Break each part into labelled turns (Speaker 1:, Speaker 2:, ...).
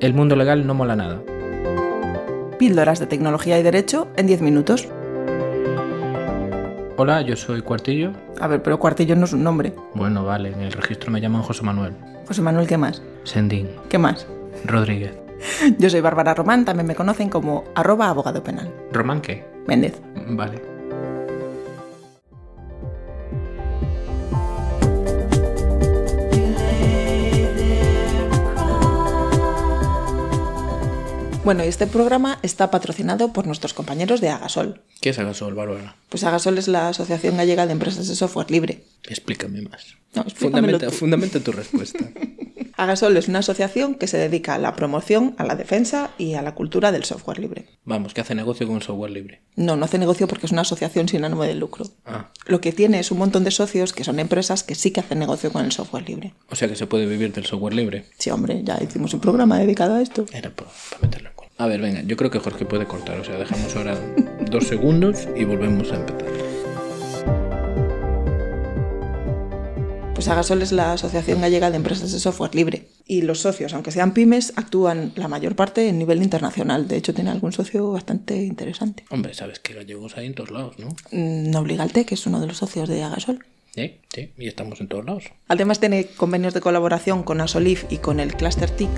Speaker 1: el mundo legal no mola nada.
Speaker 2: Píldoras de tecnología y derecho en 10 minutos.
Speaker 1: Hola, yo soy Cuartillo.
Speaker 2: A ver, pero Cuartillo no es un nombre.
Speaker 1: Bueno, vale, en el registro me llaman José Manuel.
Speaker 2: José Manuel, ¿qué más?
Speaker 1: Sendín.
Speaker 2: ¿Qué más?
Speaker 1: Rodríguez.
Speaker 2: Yo soy Bárbara Román, también me conocen como arroba abogado penal.
Speaker 1: ¿Román qué?
Speaker 2: Méndez.
Speaker 1: Vale.
Speaker 2: Bueno, y este programa está patrocinado por nuestros compañeros de Agasol.
Speaker 1: ¿Qué es Agasol, Bárbara?
Speaker 2: Pues Agasol es la Asociación Gallega de Empresas de Software Libre.
Speaker 1: Explícame más.
Speaker 2: No, Pues explícamelo
Speaker 1: fundamenta,
Speaker 2: tú.
Speaker 1: fundamenta tu respuesta.
Speaker 2: Agasol es una asociación que se dedica a la promoción, a la defensa y a la cultura del software libre.
Speaker 1: Vamos, que hace negocio con software libre.
Speaker 2: No, no hace negocio porque es una asociación sin ánimo de lucro.
Speaker 1: Ah,
Speaker 2: Lo que tiene es un montón de socios que son empresas que sí que hacen negocio con el software libre.
Speaker 1: o sea que se puede vivir del software libre.
Speaker 2: Sí, hombre, ya hicimos un programa dedicado a esto.
Speaker 1: Era por- para meterlo en cuenta. A ver, venga, yo creo que Jorge puede cortar. O sea, dejamos ahora dos segundos y volvemos a empezar.
Speaker 2: Pues Agasol es la Asociación Gallega de Empresas de Software Libre. Y los socios, aunque sean pymes, actúan la mayor parte en nivel internacional. De hecho, tiene algún socio bastante interesante.
Speaker 1: Hombre, sabes que gallegos hay en todos lados, ¿no?
Speaker 2: Mm, Obligalte, que es uno de los socios de Agasol.
Speaker 1: Sí, sí, y estamos en todos lados.
Speaker 2: Además, tiene convenios de colaboración con Asolif y con el Cluster TIC.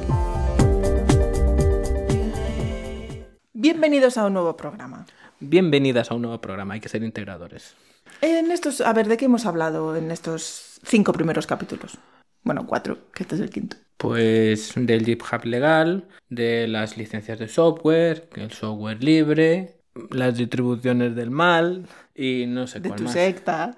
Speaker 2: Bienvenidos a un nuevo programa.
Speaker 1: Bienvenidas a un nuevo programa, hay que ser integradores.
Speaker 2: En estos, a ver, ¿de qué hemos hablado en estos cinco primeros capítulos? Bueno, cuatro, que este es el quinto.
Speaker 1: Pues del GitHub legal, de las licencias de software, el software libre, las distribuciones del mal y no sé
Speaker 2: De
Speaker 1: cuál
Speaker 2: tu
Speaker 1: más.
Speaker 2: secta.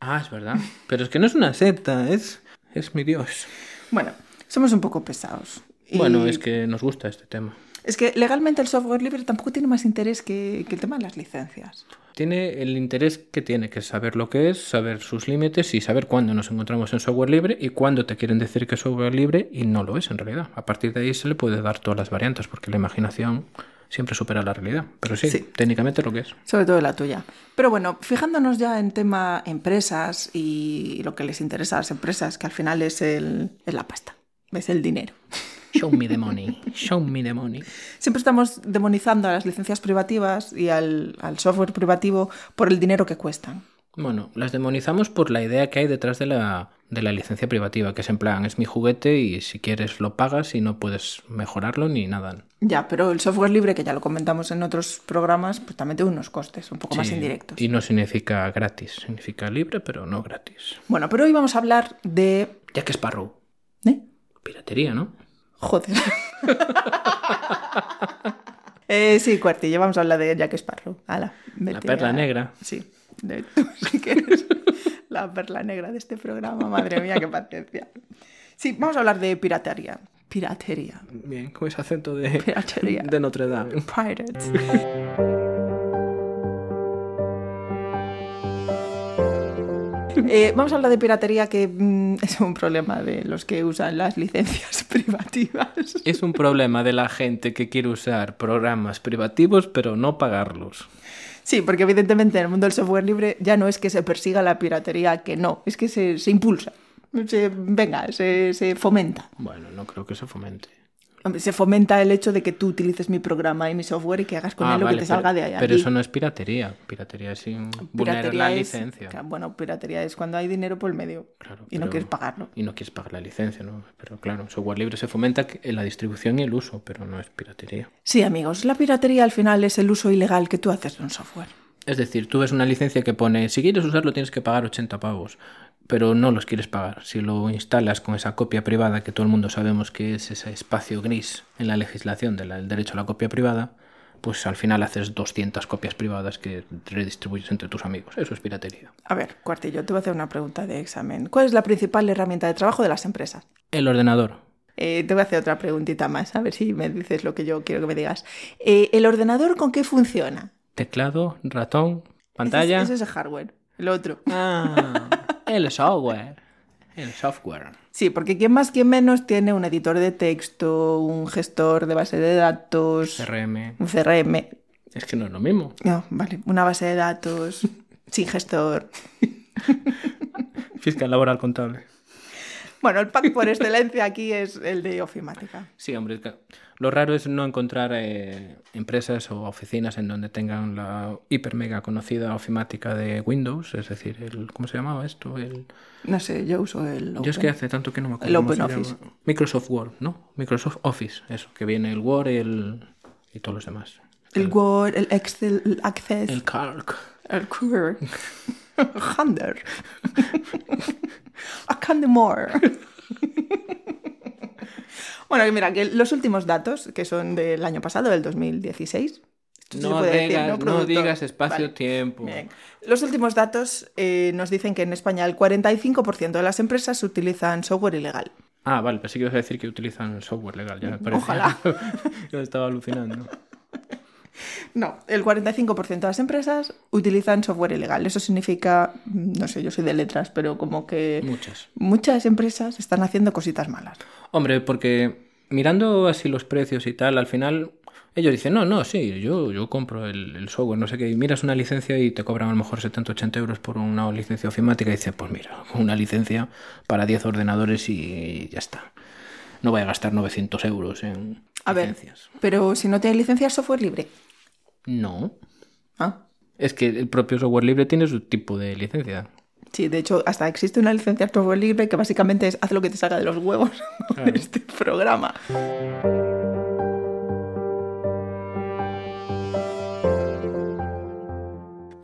Speaker 1: Ah, es verdad. Pero es que no es una secta, es, es mi Dios.
Speaker 2: Bueno, somos un poco pesados. Y
Speaker 1: Bueno, es que nos gusta este tema.
Speaker 2: Es que legalmente el software libre tampoco tiene más interés que, que el tema de las licencias.
Speaker 1: Tiene el interés que tiene, que es saber lo que es, saber sus límites y saber cuándo nos encontramos en software libre y cuándo te quieren decir que es software libre y no lo es en realidad. A partir de ahí se le puede dar todas las variantes porque la imaginación siempre supera la realidad. Pero sí,
Speaker 2: Sí.
Speaker 1: técnicamente es lo que es.
Speaker 2: Sobre todo la tuya. Pero bueno, fijándonos ya en tema empresas y lo que les interesa a las empresas, que al final es, el, es la pasta, es el dinero.
Speaker 1: Show me the money, show me the money.
Speaker 2: Siempre estamos demonizando a las licencias privativas y al, al software privativo por el dinero que cuestan.
Speaker 1: Bueno, las demonizamos por la idea que hay detrás de la, de la licencia privativa, que es en plan, es mi juguete y si quieres lo pagas y no puedes mejorarlo ni nada.
Speaker 2: Ya, pero el software libre, que ya lo comentamos en otros programas, pues también tiene unos costes un poco más
Speaker 1: Sí,
Speaker 2: indirectos.
Speaker 1: Y no significa gratis, significa libre, pero no gratis.
Speaker 2: Bueno, pero hoy vamos a hablar de...
Speaker 1: Ya que Sparrow,
Speaker 2: ¿eh?
Speaker 1: piratería, ¿no?
Speaker 2: Joder. Eh, sí, Cuartillo, vamos a hablar de Jack Sparrow. Ala, me
Speaker 1: La
Speaker 2: tira-
Speaker 1: perla negra.
Speaker 2: Sí, de- tú sí que eres la perla negra de este programa. Madre mía, qué paciencia. Sí, vamos a hablar de piratería. Piratería.
Speaker 1: Bien, con ese acento de,
Speaker 2: Piratería.
Speaker 1: Notre Dame.
Speaker 2: Pirates. Eh, vamos a hablar de piratería, que mm, es un problema de los que usan las licencias privativas.
Speaker 1: Es un problema de la gente que quiere usar programas privativos, pero no pagarlos.
Speaker 2: Sí, porque evidentemente en el mundo del software libre ya no es que se persiga la piratería, que no, es que se, se impulsa, se, venga, se, se fomenta.
Speaker 1: Bueno, no creo que se fomente.
Speaker 2: Hombre, Se fomenta el hecho de que tú utilices mi programa y mi software y que hagas con
Speaker 1: Ah,
Speaker 2: él lo
Speaker 1: vale,
Speaker 2: que te
Speaker 1: pero-
Speaker 2: salga de allá.
Speaker 1: Pero eso no es piratería. Piratería es sin vulnerar la licencia.
Speaker 2: Bueno, piratería es cuando hay dinero por el medio
Speaker 1: Claro,
Speaker 2: y no
Speaker 1: pero-
Speaker 2: quieres pagarlo.
Speaker 1: Y no quieres pagar la licencia, ¿no? Pero claro, software libre se fomenta que- la distribución y el uso, pero no es piratería.
Speaker 2: Sí, amigos, la piratería al final es el uso ilegal que tú haces de un software.
Speaker 1: Es decir, tú ves una licencia que pone, si quieres usarlo tienes que pagar 80 pavos, pero no los quieres pagar. Si lo instalas con esa copia privada, que todo el mundo sabemos que es ese espacio gris en la legislación del derecho a la copia privada, pues al final haces 200 copias privadas que redistribuyes entre tus amigos. Eso es piratería.
Speaker 2: A ver, Cuartillo, te voy a hacer una pregunta de examen. ¿Cuál es la principal herramienta de trabajo de las empresas?
Speaker 1: El ordenador.
Speaker 2: Eh, te voy a hacer otra preguntita más, a ver si me dices lo que yo quiero que me digas. Eh, ¿El ordenador con qué funciona?
Speaker 1: Teclado, ratón, pantalla.
Speaker 2: Ese, es- ese es el hardware, el otro.
Speaker 1: Ah, el software. El software.
Speaker 2: Sí, porque quien más, quien menos tiene un editor de texto, un gestor de base de datos,
Speaker 1: CRM.
Speaker 2: un CRM.
Speaker 1: Es que no es lo mismo.
Speaker 2: No, vale, una base de datos sin gestor.
Speaker 1: Fiscal laboral contable.
Speaker 2: Bueno, el pack por excelencia aquí es el de ofimática.
Speaker 1: Sí, hombre, lo raro es no encontrar eh, empresas o oficinas en donde tengan la hiper mega conocida ofimática de Windows, es decir, el, ¿cómo se llamaba esto? El...
Speaker 2: No sé, yo uso el
Speaker 1: Yo es que hace tanto que no me acuerdo.
Speaker 2: El
Speaker 1: cómo
Speaker 2: Open
Speaker 1: se llama.
Speaker 2: Office.
Speaker 1: Microsoft Word, ¿no? Microsoft Office, eso, que viene el Word el... y todos los demás.
Speaker 2: El Word, el Excel, el Access,
Speaker 1: El Calc.
Speaker 2: el Cougar, Hunter, A Candy More. Bueno, y mira, que los últimos datos, que son del año pasado, del 2016. Esto sí se
Speaker 1: No,
Speaker 2: puede decir,
Speaker 1: digas-
Speaker 2: ¿no,
Speaker 1: no
Speaker 2: productor?
Speaker 1: digas
Speaker 2: Vale.
Speaker 1: espacio-tiempo.
Speaker 2: Bien. Los últimos datos eh, nos dicen que en España el 45% de las empresas utilizan software ilegal.
Speaker 1: Ah, vale, pensé que ibas a decir que utilizan el software legal, ya me parecía.
Speaker 2: Ojalá.
Speaker 1: Yo estaba alucinando.
Speaker 2: No, el 45% de las empresas utilizan software ilegal. Eso significa, mm, no sé, yo soy de letras, pero como que
Speaker 1: Muchas.
Speaker 2: muchas empresas están haciendo cositas malas.
Speaker 1: Hombre, porque mirando así los precios y tal, al final ellos dicen, no, no, sí, yo, yo compro el, el software, no sé qué, y miras una licencia y te cobran a lo mejor 70, 80 euros por una licencia ofimática y dices, pues mira, una licencia para 10 ordenadores y ya está. No voy a gastar 900 euros en
Speaker 2: A ver,
Speaker 1: licencias.
Speaker 2: pero si no tienes licencia, es software libre.
Speaker 1: No.
Speaker 2: Ah,
Speaker 1: Es que el propio software libre tiene su tipo de licencia.
Speaker 2: Sí, de hecho, hasta existe una licencia software libre que básicamente es haz lo que te salga de los huevos
Speaker 1: Claro.
Speaker 2: de este programa.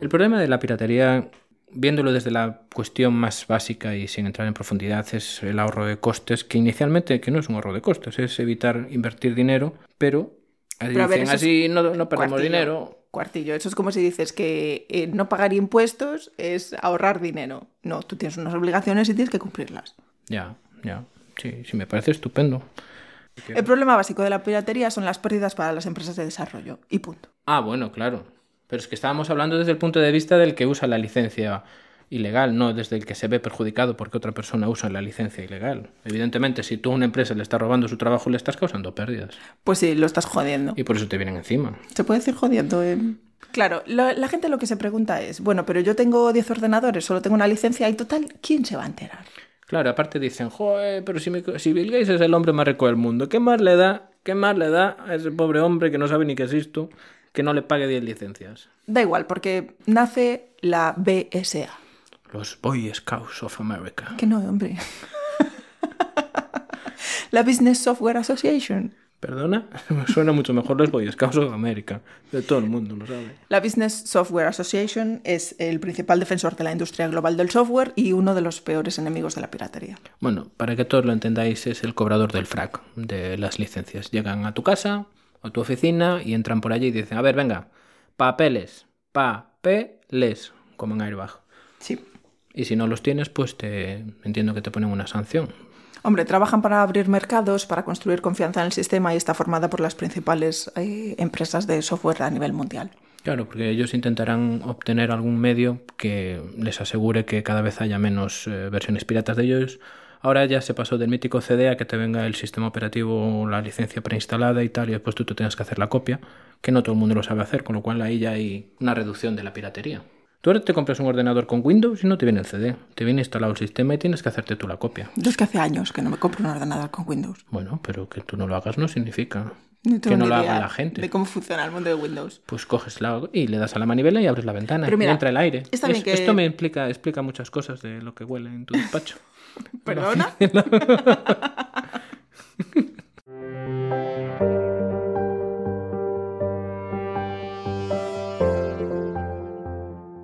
Speaker 1: El problema de la piratería, viéndolo desde la cuestión más básica y sin entrar en profundidad, es el ahorro de costes, que inicialmente que no es un ahorro de costes, es evitar invertir dinero, pero,
Speaker 2: Pero a ver,
Speaker 1: dicen,
Speaker 2: eso es
Speaker 1: así no, no perdemos
Speaker 2: Cuartillo.
Speaker 1: dinero.
Speaker 2: Cuartillo, eso es como si dices que eh, no pagar impuestos es ahorrar dinero. No, tú tienes unas obligaciones y tienes que cumplirlas.
Speaker 1: Ya, ya. Sí, sí, me parece estupendo.
Speaker 2: El problema básico de la piratería son las pérdidas para las empresas de desarrollo. Y punto.
Speaker 1: Ah, bueno, claro. Pero es que estábamos hablando desde el punto de vista del que usa la licencia ilegal, no desde el que se ve perjudicado porque otra persona usa la licencia ilegal. Evidentemente, si tú a una empresa le estás robando su trabajo, le estás causando pérdidas.
Speaker 2: Pues sí, lo estás jodiendo.
Speaker 1: Y por eso te vienen encima.
Speaker 2: Se puede decir jodiendo. eh? Claro, lo- la gente lo que se pregunta es, bueno, pero yo tengo 10 ordenadores, solo tengo una licencia y total, ¿quién se va a enterar?
Speaker 1: Claro, aparte dicen, joder, pero si, mi- si Bill Gates es el hombre más rico del mundo, ¿qué más le da? ¿Qué más le da a ese pobre hombre que no sabe ni que existo que no le pague 10 licencias?
Speaker 2: Da igual, porque nace la BSA.
Speaker 1: Los Boy Scouts of America.
Speaker 2: Que no, hombre. la Business Software Association.
Speaker 1: ¿Perdona? Me suena mucho mejor los Boy Scouts of America. De todo el mundo, lo sabe.
Speaker 2: La Business Software Association es el principal defensor de la industria global del software y uno de los peores enemigos de la piratería.
Speaker 1: Bueno, para que todos lo entendáis, es el cobrador del frac de las licencias. Llegan a tu casa o tu oficina y entran por allí y dicen, a ver, venga, papeles, papeles, como en Airbag.
Speaker 2: Sí.
Speaker 1: Y si no los tienes, pues te entiendo que te ponen una sanción.
Speaker 2: Hombre, trabajan para abrir mercados, para construir confianza en el sistema y está formada por las principales eh, empresas de software a nivel mundial.
Speaker 1: Claro, porque ellos intentarán obtener algún medio que les asegure que cada vez haya menos eh, versiones piratas de ellos. Ahora ya se pasó del mítico CD a que te venga el sistema operativo o la licencia preinstalada y tal, y después tú te tengas que hacer la copia, que no todo el mundo lo sabe hacer, con lo cual ahí ya hay una reducción de la piratería. Tú ahora te compras un ordenador con Windows y no te viene el CD, te viene instalado el sistema y tienes que hacerte tú la copia.
Speaker 2: Yo es que hace años que no me compro un ordenador con Windows.
Speaker 1: Bueno, pero que tú no lo hagas no significa
Speaker 2: No tengo
Speaker 1: que no
Speaker 2: ni
Speaker 1: lo
Speaker 2: idea
Speaker 1: haga la gente.
Speaker 2: De cómo funciona el mundo de Windows.
Speaker 1: Pues coges la y le das a la manivela y abres la ventana
Speaker 2: Pero mira,
Speaker 1: y entra el aire.
Speaker 2: está bien
Speaker 1: Es-
Speaker 2: que-
Speaker 1: Esto me implica, explica muchas cosas de lo que huele en tu despacho.
Speaker 2: ¿Perdona?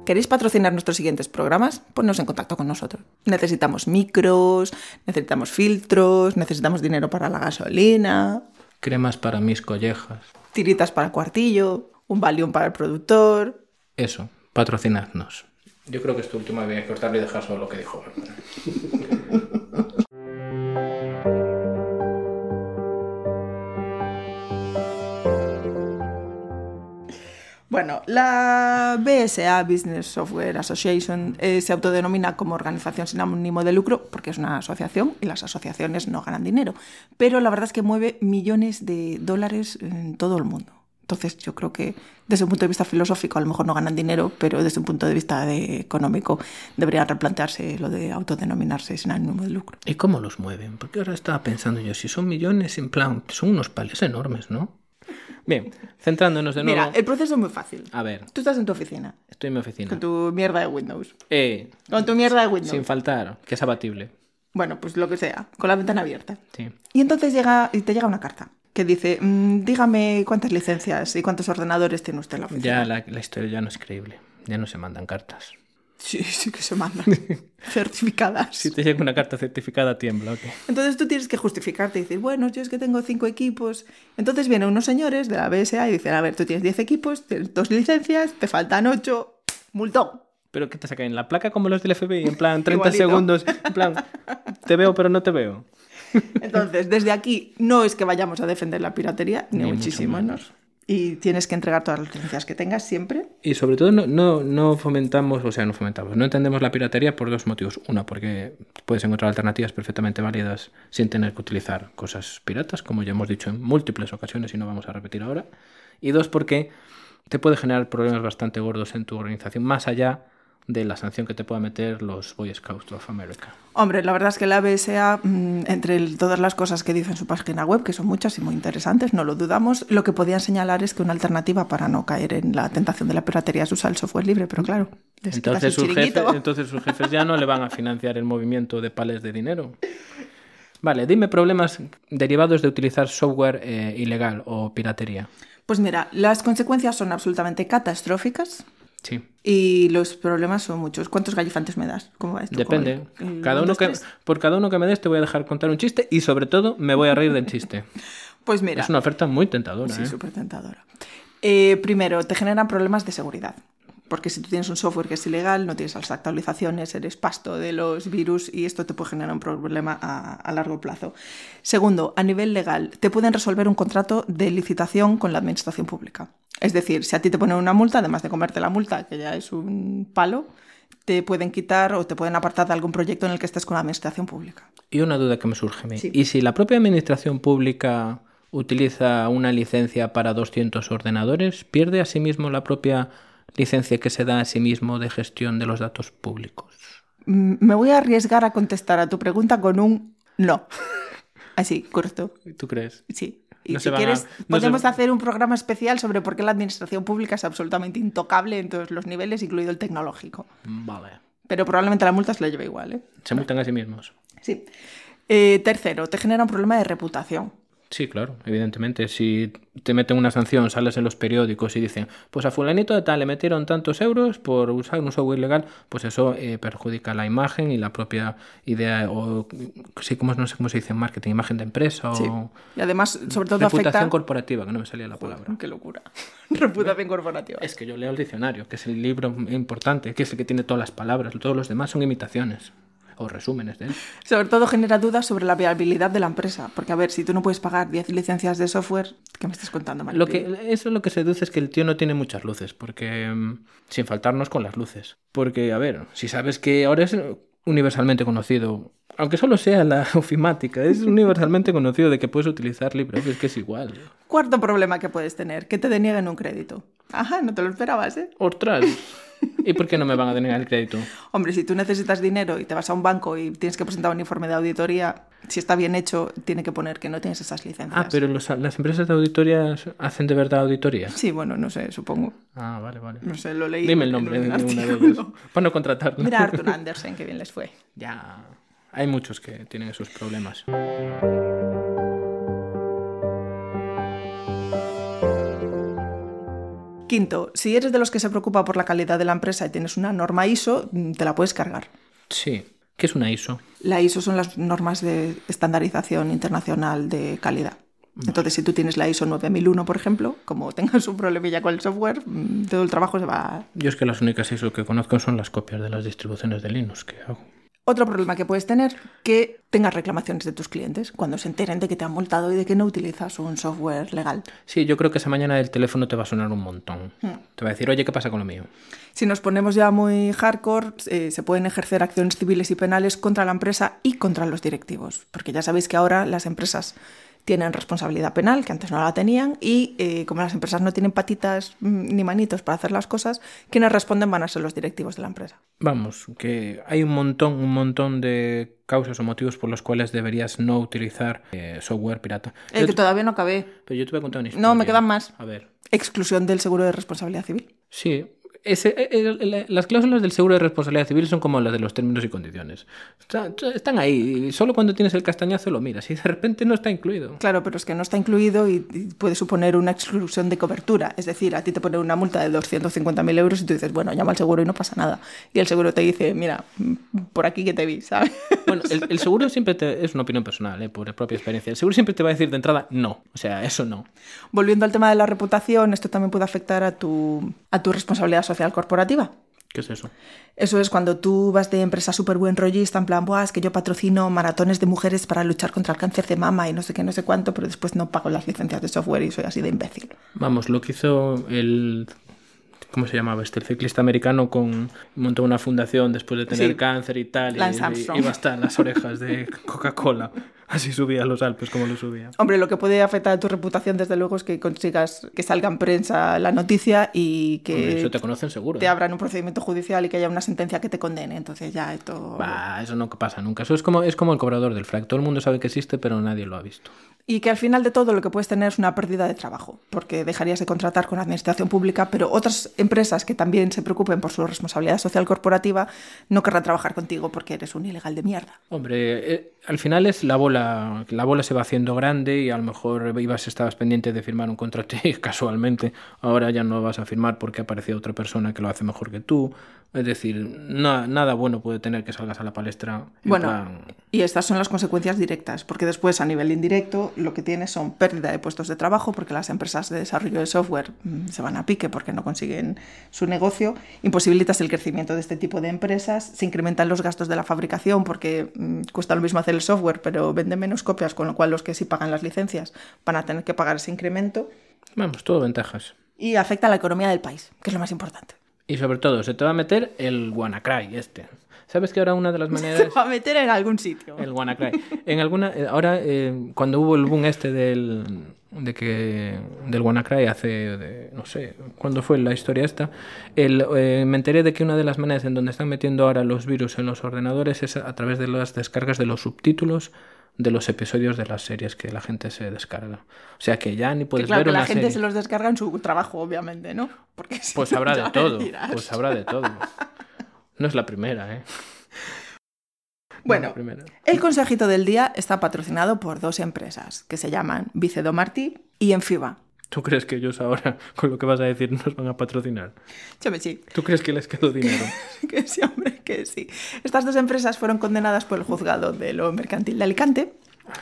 Speaker 2: ¿Queréis patrocinar nuestros siguientes programas? Ponnos en contacto con nosotros. Necesitamos micros, necesitamos filtros, necesitamos dinero para la gasolina,
Speaker 1: Cremas para mis collejas.
Speaker 2: tiritas para el cuartillo, un valium para el productor.
Speaker 1: Eso, patrocinadnos. Yo creo que es tu última vez cortarle y dejar solo lo que dijo.
Speaker 2: Bueno, la BSA, Business Software Association, eh, se autodenomina como organización sin ánimo de lucro porque es una asociación y las asociaciones no ganan dinero. Pero la verdad es que mueve millones de dólares en todo el mundo. Entonces yo creo que desde un punto de vista filosófico a lo mejor no ganan dinero, pero desde un punto de vista de económico deberían replantearse lo de autodenominarse sin ánimo de lucro.
Speaker 1: ¿Y cómo los mueven? Porque ahora estaba pensando yo, si son millones, en plan, son unos pales enormes, ¿no? Bien, centrándonos de nuevo.
Speaker 2: Mira, el proceso es muy fácil.
Speaker 1: A ver,
Speaker 2: Tú estás en tu oficina,
Speaker 1: estoy en mi oficina.
Speaker 2: con tu mierda de Windows.
Speaker 1: Eh,
Speaker 2: Con tu mierda de Windows.
Speaker 1: sin faltar, que es abatible.
Speaker 2: Bueno, pues lo que sea, con la ventana abierta.
Speaker 1: Sí.
Speaker 2: Y entonces llega y te llega una carta que dice, mm, dígame cuántas licencias y cuántos ordenadores tiene usted en la oficina.
Speaker 1: Ya la, la historia ya no es creíble. Ya no se mandan cartas.
Speaker 2: Sí, sí que se mandan. Certificadas.
Speaker 1: Si te llega una carta certificada, tiembla, ok.
Speaker 2: Entonces tú tienes que justificarte y decir, bueno, yo es que tengo cinco equipos. Entonces vienen unos señores de la BSA y dicen, a ver, tú tienes 10 equipos, tienes dos licencias, te faltan ocho, multón.
Speaker 1: ¿Pero qué te sacan? ¿La placa como los del FBI? En plan, 30
Speaker 2: Igualito.
Speaker 1: segundos. En plan, te veo pero no te veo.
Speaker 2: Entonces, desde aquí no es que vayamos a defender la piratería, ni,
Speaker 1: Ni mucho
Speaker 2: muchísimo menos. Y tienes que entregar todas las licencias que tengas siempre.
Speaker 1: Y sobre todo no, no, no fomentamos, o sea, no fomentamos, no entendemos la piratería por dos motivos. Una, porque puedes encontrar alternativas perfectamente válidas sin tener que utilizar cosas piratas, como ya hemos dicho en múltiples ocasiones y no vamos a repetir ahora. Y dos, porque te puede generar problemas bastante gordos en tu organización, más allá de la sanción que te pueda meter los Boy Scouts of America.
Speaker 2: Hombre, la verdad es que la BSA, mm, entre el- todas las cosas que dice en su página web, que son muchas y muy interesantes, no lo dudamos, lo que podían señalar es que una alternativa para no caer en la tentación de la piratería es usar el software libre, pero claro, les quitas el
Speaker 1: Entonces sus, jefes,
Speaker 2: chiringuito.
Speaker 1: entonces sus jefes ya no le van a financiar el movimiento de pales de dinero. Vale, dime problemas derivados de utilizar software eh, ilegal o piratería.
Speaker 2: Pues mira, las consecuencias son absolutamente catastróficas
Speaker 1: Sí,
Speaker 2: y los problemas son muchos. ¿Cuántos gallifantes me das? ¿Cómo va esto?
Speaker 1: depende.
Speaker 2: ¿Cómo- el-
Speaker 1: Cada
Speaker 2: un,
Speaker 1: uno
Speaker 2: dos,
Speaker 1: que,
Speaker 2: tres?
Speaker 1: por cada uno que me des te voy a dejar contar un chiste y sobre todo me voy a reír del chiste.
Speaker 2: Pues mira,
Speaker 1: Es una oferta muy tentadora.
Speaker 2: sí,
Speaker 1: ¿eh?
Speaker 2: súper tentadora. Eh, primero, te generan problemas de seguridad. Porque si tú tienes un software que es ilegal, no tienes las actualizaciones, eres pasto de los virus y esto te puede generar un problema a, a largo plazo. Segundo, a nivel legal, te pueden resolver un contrato de licitación con la administración pública. Es decir, si a ti te ponen una multa, además de comerte la multa, que ya es un palo, te pueden quitar o te pueden apartar de algún proyecto en el que estés con la administración pública.
Speaker 1: Y una duda que me surge a mí.
Speaker 2: Sí.
Speaker 1: ¿Y si la propia administración pública utiliza una licencia para 200 ordenadores, pierde asimismo la propia licencia que se da a sí mismo de gestión de los datos públicos?
Speaker 2: Mm, Me voy a arriesgar a contestar a tu pregunta con un no. Así, corto.
Speaker 1: ¿Tú crees?
Speaker 2: Sí. Y
Speaker 1: No se
Speaker 2: si
Speaker 1: van a-
Speaker 2: quieres,
Speaker 1: no se-
Speaker 2: podemos hacer un programa especial sobre por qué la administración pública es absolutamente intocable en todos los niveles, incluido el tecnológico.
Speaker 1: Vale.
Speaker 2: Pero probablemente la multa se la lleve igual, ¿eh?
Speaker 1: Se multan a sí mismos.
Speaker 2: Sí. Eh, tercero, te genera un problema de reputación.
Speaker 1: Sí, claro, evidentemente. Si te meten una sanción, sales en los periódicos y dicen, pues a fulanito de tal le metieron tantos euros por usar un software ilegal, pues eso eh, perjudica la imagen y la propia idea, o sí, como, no sé cómo se dice en marketing, imagen de empresa
Speaker 2: Sí.
Speaker 1: o
Speaker 2: Y además, sobre todo
Speaker 1: Oh. reputación
Speaker 2: afecta...
Speaker 1: corporativa, que no me salía la palabra.
Speaker 2: Qué locura. reputación corporativa.
Speaker 1: Es que yo leo el diccionario, que es el libro importante, que es el que tiene todas las palabras, todos los demás son imitaciones o resúmenes de él.
Speaker 2: Sobre todo genera dudas sobre la viabilidad de la empresa. Porque, a ver, si tú no puedes pagar 10 licencias de software, ¿qué me estás contando, María?
Speaker 1: Lo que, eso lo que se deduce es que el tío no tiene muchas luces, porque mm, sin faltarnos con las luces. Porque, a ver, si sabes que ahora es universalmente conocido, aunque solo sea la ofimática, es universalmente conocido de que puedes utilizar LibreOffice, que es igual.
Speaker 2: Cuarto problema que puedes tener, que te denieguen un crédito. Ajá, no te lo esperabas, ¿eh?
Speaker 1: ¡Ostras! ¿Y por qué no me van a denegar el crédito?
Speaker 2: Hombre, si tú necesitas dinero y te vas a un banco y tienes que presentar un informe de auditoría, si está bien hecho, tiene que poner que no tienes esas licencias.
Speaker 1: Ah, pero los- las empresas de auditoría hacen de verdad auditoría.
Speaker 2: Sí, bueno, no sé, supongo.
Speaker 1: Ah, vale, vale.
Speaker 2: No sé, lo leí.
Speaker 1: Dime el
Speaker 2: en
Speaker 1: nombre de
Speaker 2: un
Speaker 1: una de
Speaker 2: artículo.
Speaker 1: ellas. Para no contratarla.
Speaker 2: Mira a Arthur Andersen, que bien les fue.
Speaker 1: Ya. Hay muchos que tienen esos problemas.
Speaker 2: Quinto, si eres de los que se preocupa por la calidad de la empresa y tienes una norma ISO, mm, te la puedes cargar.
Speaker 1: Sí. ¿Qué es una ISO?
Speaker 2: La ISO son las normas de estandarización internacional de calidad. Entonces, si tú tienes la ISO 9001, por ejemplo, como tengas un problemilla con el software, mm, todo el trabajo se va
Speaker 1: Yo es que las únicas ISO que conozco son las copias de las distribuciones de Linux que hago.
Speaker 2: Otro problema que puedes tener, que tengas reclamaciones de tus clientes cuando se enteren de que te han multado y de que no utilizas un software legal.
Speaker 1: Sí, yo creo que esa mañana el teléfono te va a sonar un montón.
Speaker 2: Hmm.
Speaker 1: Te va a decir, oye, ¿qué pasa con lo mío?
Speaker 2: Si nos ponemos ya muy hardcore, eh, se pueden ejercer acciones civiles y penales contra la empresa y contra los directivos, porque ya sabéis que ahora las empresas tienen responsabilidad penal, que antes no la tenían, y eh, como las empresas no tienen patitas mm, ni manitos para hacer las cosas, quienes responden van a ser los directivos de la empresa.
Speaker 1: Vamos, que hay un montón, un montón de causas o motivos por los cuales deberías no utilizar eh, software pirata.
Speaker 2: Eh,
Speaker 1: Yo
Speaker 2: que
Speaker 1: te-
Speaker 2: todavía no acabé.
Speaker 1: Pero yo te voy a contar una historia.
Speaker 2: No, me quedan más.
Speaker 1: A ver.
Speaker 2: Exclusión del seguro de responsabilidad civil.
Speaker 1: Sí. Ese- eh, eh, la- las cláusulas del seguro de responsabilidad civil son como las de los términos y condiciones. Está- están ahí. Y solo cuando tienes el castañazo lo miras. Y de repente no está incluido.
Speaker 2: Claro, pero es que no está incluido y, y puede suponer una exclusión de cobertura. Es decir, a ti te ponen una multa de 250.000 euros y tú dices, bueno, llama al seguro y no pasa nada. Y el seguro te dice, mira, mm, por aquí que te vi, ¿sabes?
Speaker 1: Bueno, el, el seguro siempre te, es una opinión personal, eh, por propia experiencia. El seguro siempre te va a decir de entrada no. O sea, eso no.
Speaker 2: Volviendo al tema de la reputación, esto también puede afectar a tu, a tu responsabilidad social corporativa.
Speaker 1: ¿Qué es eso?
Speaker 2: Eso es cuando tú vas de empresa súper buen rollista, en plan, Buah, es que yo patrocino maratones de mujeres para luchar contra el cáncer de mama y no sé qué, no sé cuánto, pero después no pago las licencias de software y soy así de imbécil.
Speaker 1: Vamos, lo que hizo el. ¿Cómo se llamaba este? El ciclista americano con montó una fundación después de tener
Speaker 2: Sí.
Speaker 1: cáncer y tal. Y,
Speaker 2: Lance
Speaker 1: y-
Speaker 2: Armstrong.
Speaker 1: iba hasta en las orejas de Coca-Cola. Así subía a los Alpes como lo subía.
Speaker 2: Hombre, lo que puede afectar a tu reputación, desde luego, es que consigas que salga en prensa la noticia y
Speaker 1: Hombre, eso
Speaker 2: que
Speaker 1: te conocen seguro.
Speaker 2: te
Speaker 1: ¿eh?
Speaker 2: abran un procedimiento judicial y que haya una sentencia que te condene. Entonces ya esto...
Speaker 1: Bah, eso no pasa nunca. Eso es como, es como el cobrador del frac. Todo el mundo sabe que existe, pero nadie lo ha visto.
Speaker 2: Y que al final de todo lo que puedes tener es una pérdida de trabajo, porque dejarías de contratar con la administración pública, pero otras empresas que también se preocupen por su responsabilidad social corporativa no querrán trabajar contigo porque eres un ilegal de mierda.
Speaker 1: Hombre, eh, al final es la bola, la bola se va haciendo grande y a lo mejor ibas estabas pendiente de firmar un contrato y casualmente ahora ya no lo vas a firmar porque ha aparecido otra persona que lo hace mejor que tú. Es decir, na- nada bueno puede tener que salgas a la palestra. en
Speaker 2: Bueno,
Speaker 1: plan-
Speaker 2: y estas son las consecuencias directas, porque después a nivel indirecto lo que tienes son pérdida de puestos de trabajo, porque las empresas de desarrollo de software mm, se van a pique porque no consiguen su negocio, imposibilitas el crecimiento de este tipo de empresas, se incrementan los gastos de la fabricación porque mm, cuesta lo mismo hacer el software, pero vende menos copias, con lo cual los que sí pagan las licencias van a tener que pagar ese incremento,
Speaker 1: vamos, todo ventajas.
Speaker 2: y afecta a la economía del país, que es lo más importante.
Speaker 1: Y sobre todo, se te va a meter el WannaCry este. ¿Sabes que ahora una de las
Speaker 2: Se
Speaker 1: maneras...
Speaker 2: va a meter en algún sitio.
Speaker 1: El WannaCry. En alguna, eh, ahora, eh, cuando hubo el boom este del, de que, del WannaCry hace, de- no sé, ¿cuándo fue la historia esta? El, eh, me enteré de que una de las maneras en donde están metiendo ahora los virus en los ordenadores es a a través de las descargas de los subtítulos de los episodios de las series que la gente se descarga. O sea que ya ni
Speaker 2: Que
Speaker 1: puedes
Speaker 2: claro,
Speaker 1: ver
Speaker 2: que
Speaker 1: una
Speaker 2: la gente
Speaker 1: serie.
Speaker 2: se los descarga en su trabajo, obviamente, ¿no? Porque si
Speaker 1: Pues
Speaker 2: no,
Speaker 1: habrá
Speaker 2: ya
Speaker 1: de
Speaker 2: me
Speaker 1: todo.
Speaker 2: dirás.
Speaker 1: Pues habrá de todo. No es la primera, ¿eh? No es la
Speaker 2: Bueno,
Speaker 1: primera.
Speaker 2: El consejito del día está patrocinado por dos empresas que se llaman Vicedo Martí y Enfiba.
Speaker 1: ¿Tú crees que ellos ahora, con lo que vas a decir, nos van a patrocinar?
Speaker 2: Chame, sí,
Speaker 1: ¿Tú crees que les quedó dinero?
Speaker 2: que sí, hombre, que sí. Estas dos empresas fueron condenadas por el juzgado de lo mercantil de Alicante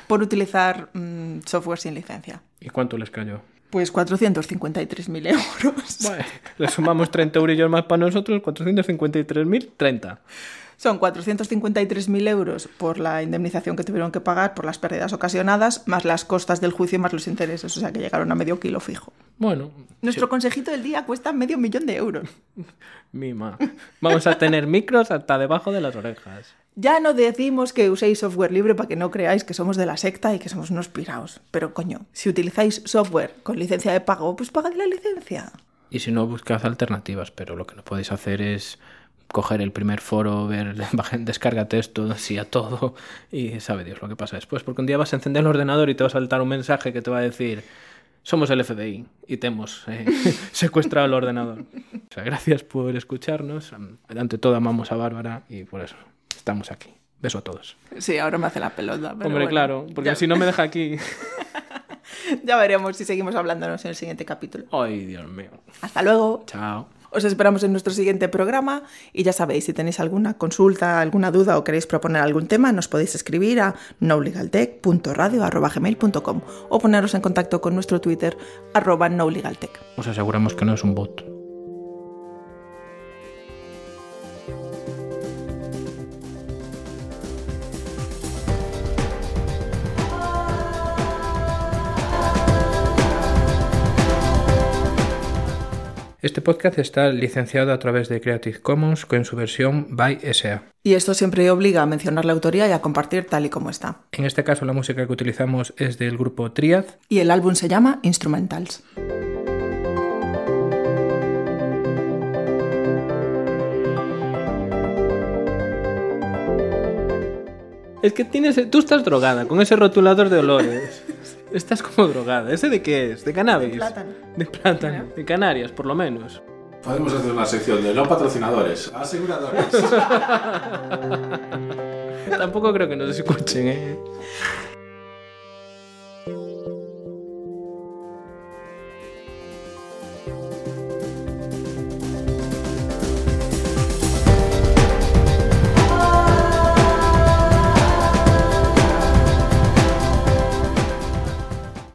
Speaker 2: por utilizar mm, software sin licencia.
Speaker 1: ¿Y cuánto les cayó?
Speaker 2: Pues 453.000 euros.
Speaker 1: Bueno, le sumamos 30 eurillos más para nosotros, 453.030.
Speaker 2: Son 453.000 euros por la indemnización que tuvieron que pagar por las pérdidas ocasionadas, más las costas del juicio, más los intereses, o sea que llegaron a medio kilo fijo.
Speaker 1: Bueno,
Speaker 2: Nuestro consejito del día cuesta medio millón de euros.
Speaker 1: mima. Vamos a tener micros hasta debajo de las orejas.
Speaker 2: Ya no decimos que uséis software libre para que no creáis que somos de la secta y que somos unos piraos. Pero coño, si utilizáis software con licencia de pago, pues pagad la licencia.
Speaker 1: Y si no, buscad alternativas, pero lo que no podéis hacer es coger el primer foro, ver, baja- descárgate esto, sí a todo, y sabe Dios lo que pasa después. Porque un día vas a encender el ordenador y te va a saltar un mensaje que te va a decir, somos el FBI y te hemos eh, secuestrado el ordenador. O sea, gracias por escucharnos. Ante todo, amamos a Bárbara y por eso estamos aquí. Beso a todos.
Speaker 2: Sí, ahora me hace la pelota. pero
Speaker 1: Hombre,
Speaker 2: bueno,
Speaker 1: claro, porque
Speaker 2: ya,
Speaker 1: si no me deja aquí...
Speaker 2: ya veremos si seguimos hablándonos en el siguiente capítulo.
Speaker 1: Ay, Dios mío.
Speaker 2: Hasta luego.
Speaker 1: Chao.
Speaker 2: Os esperamos en nuestro siguiente programa y ya sabéis, si tenéis alguna consulta, alguna duda o queréis proponer algún tema, nos podéis escribir a nolegaltech.radio.gmail.com o poneros en contacto con nuestro Twitter arroba nolegaltech.
Speaker 1: Os aseguramos que no es un bot. Este podcast está licenciado a través de Creative Commons con su versión by SA.
Speaker 2: Y esto siempre obliga a mencionar la autoría y a compartir tal y como está.
Speaker 1: En este caso la música que utilizamos es del grupo Triad.
Speaker 2: Y el álbum se llama Instrumentals.
Speaker 1: Es que tienes, tú estás drogada con ese rotulador de olores. Estás como drogada. ¿Ese de qué es? ¿De cannabis?
Speaker 2: De plátano.
Speaker 1: De plátano. De Canarias, por lo menos.
Speaker 3: Podemos hacer una sección de no patrocinadores, aseguradores.
Speaker 1: Tampoco creo que nos escuchen, ¿eh?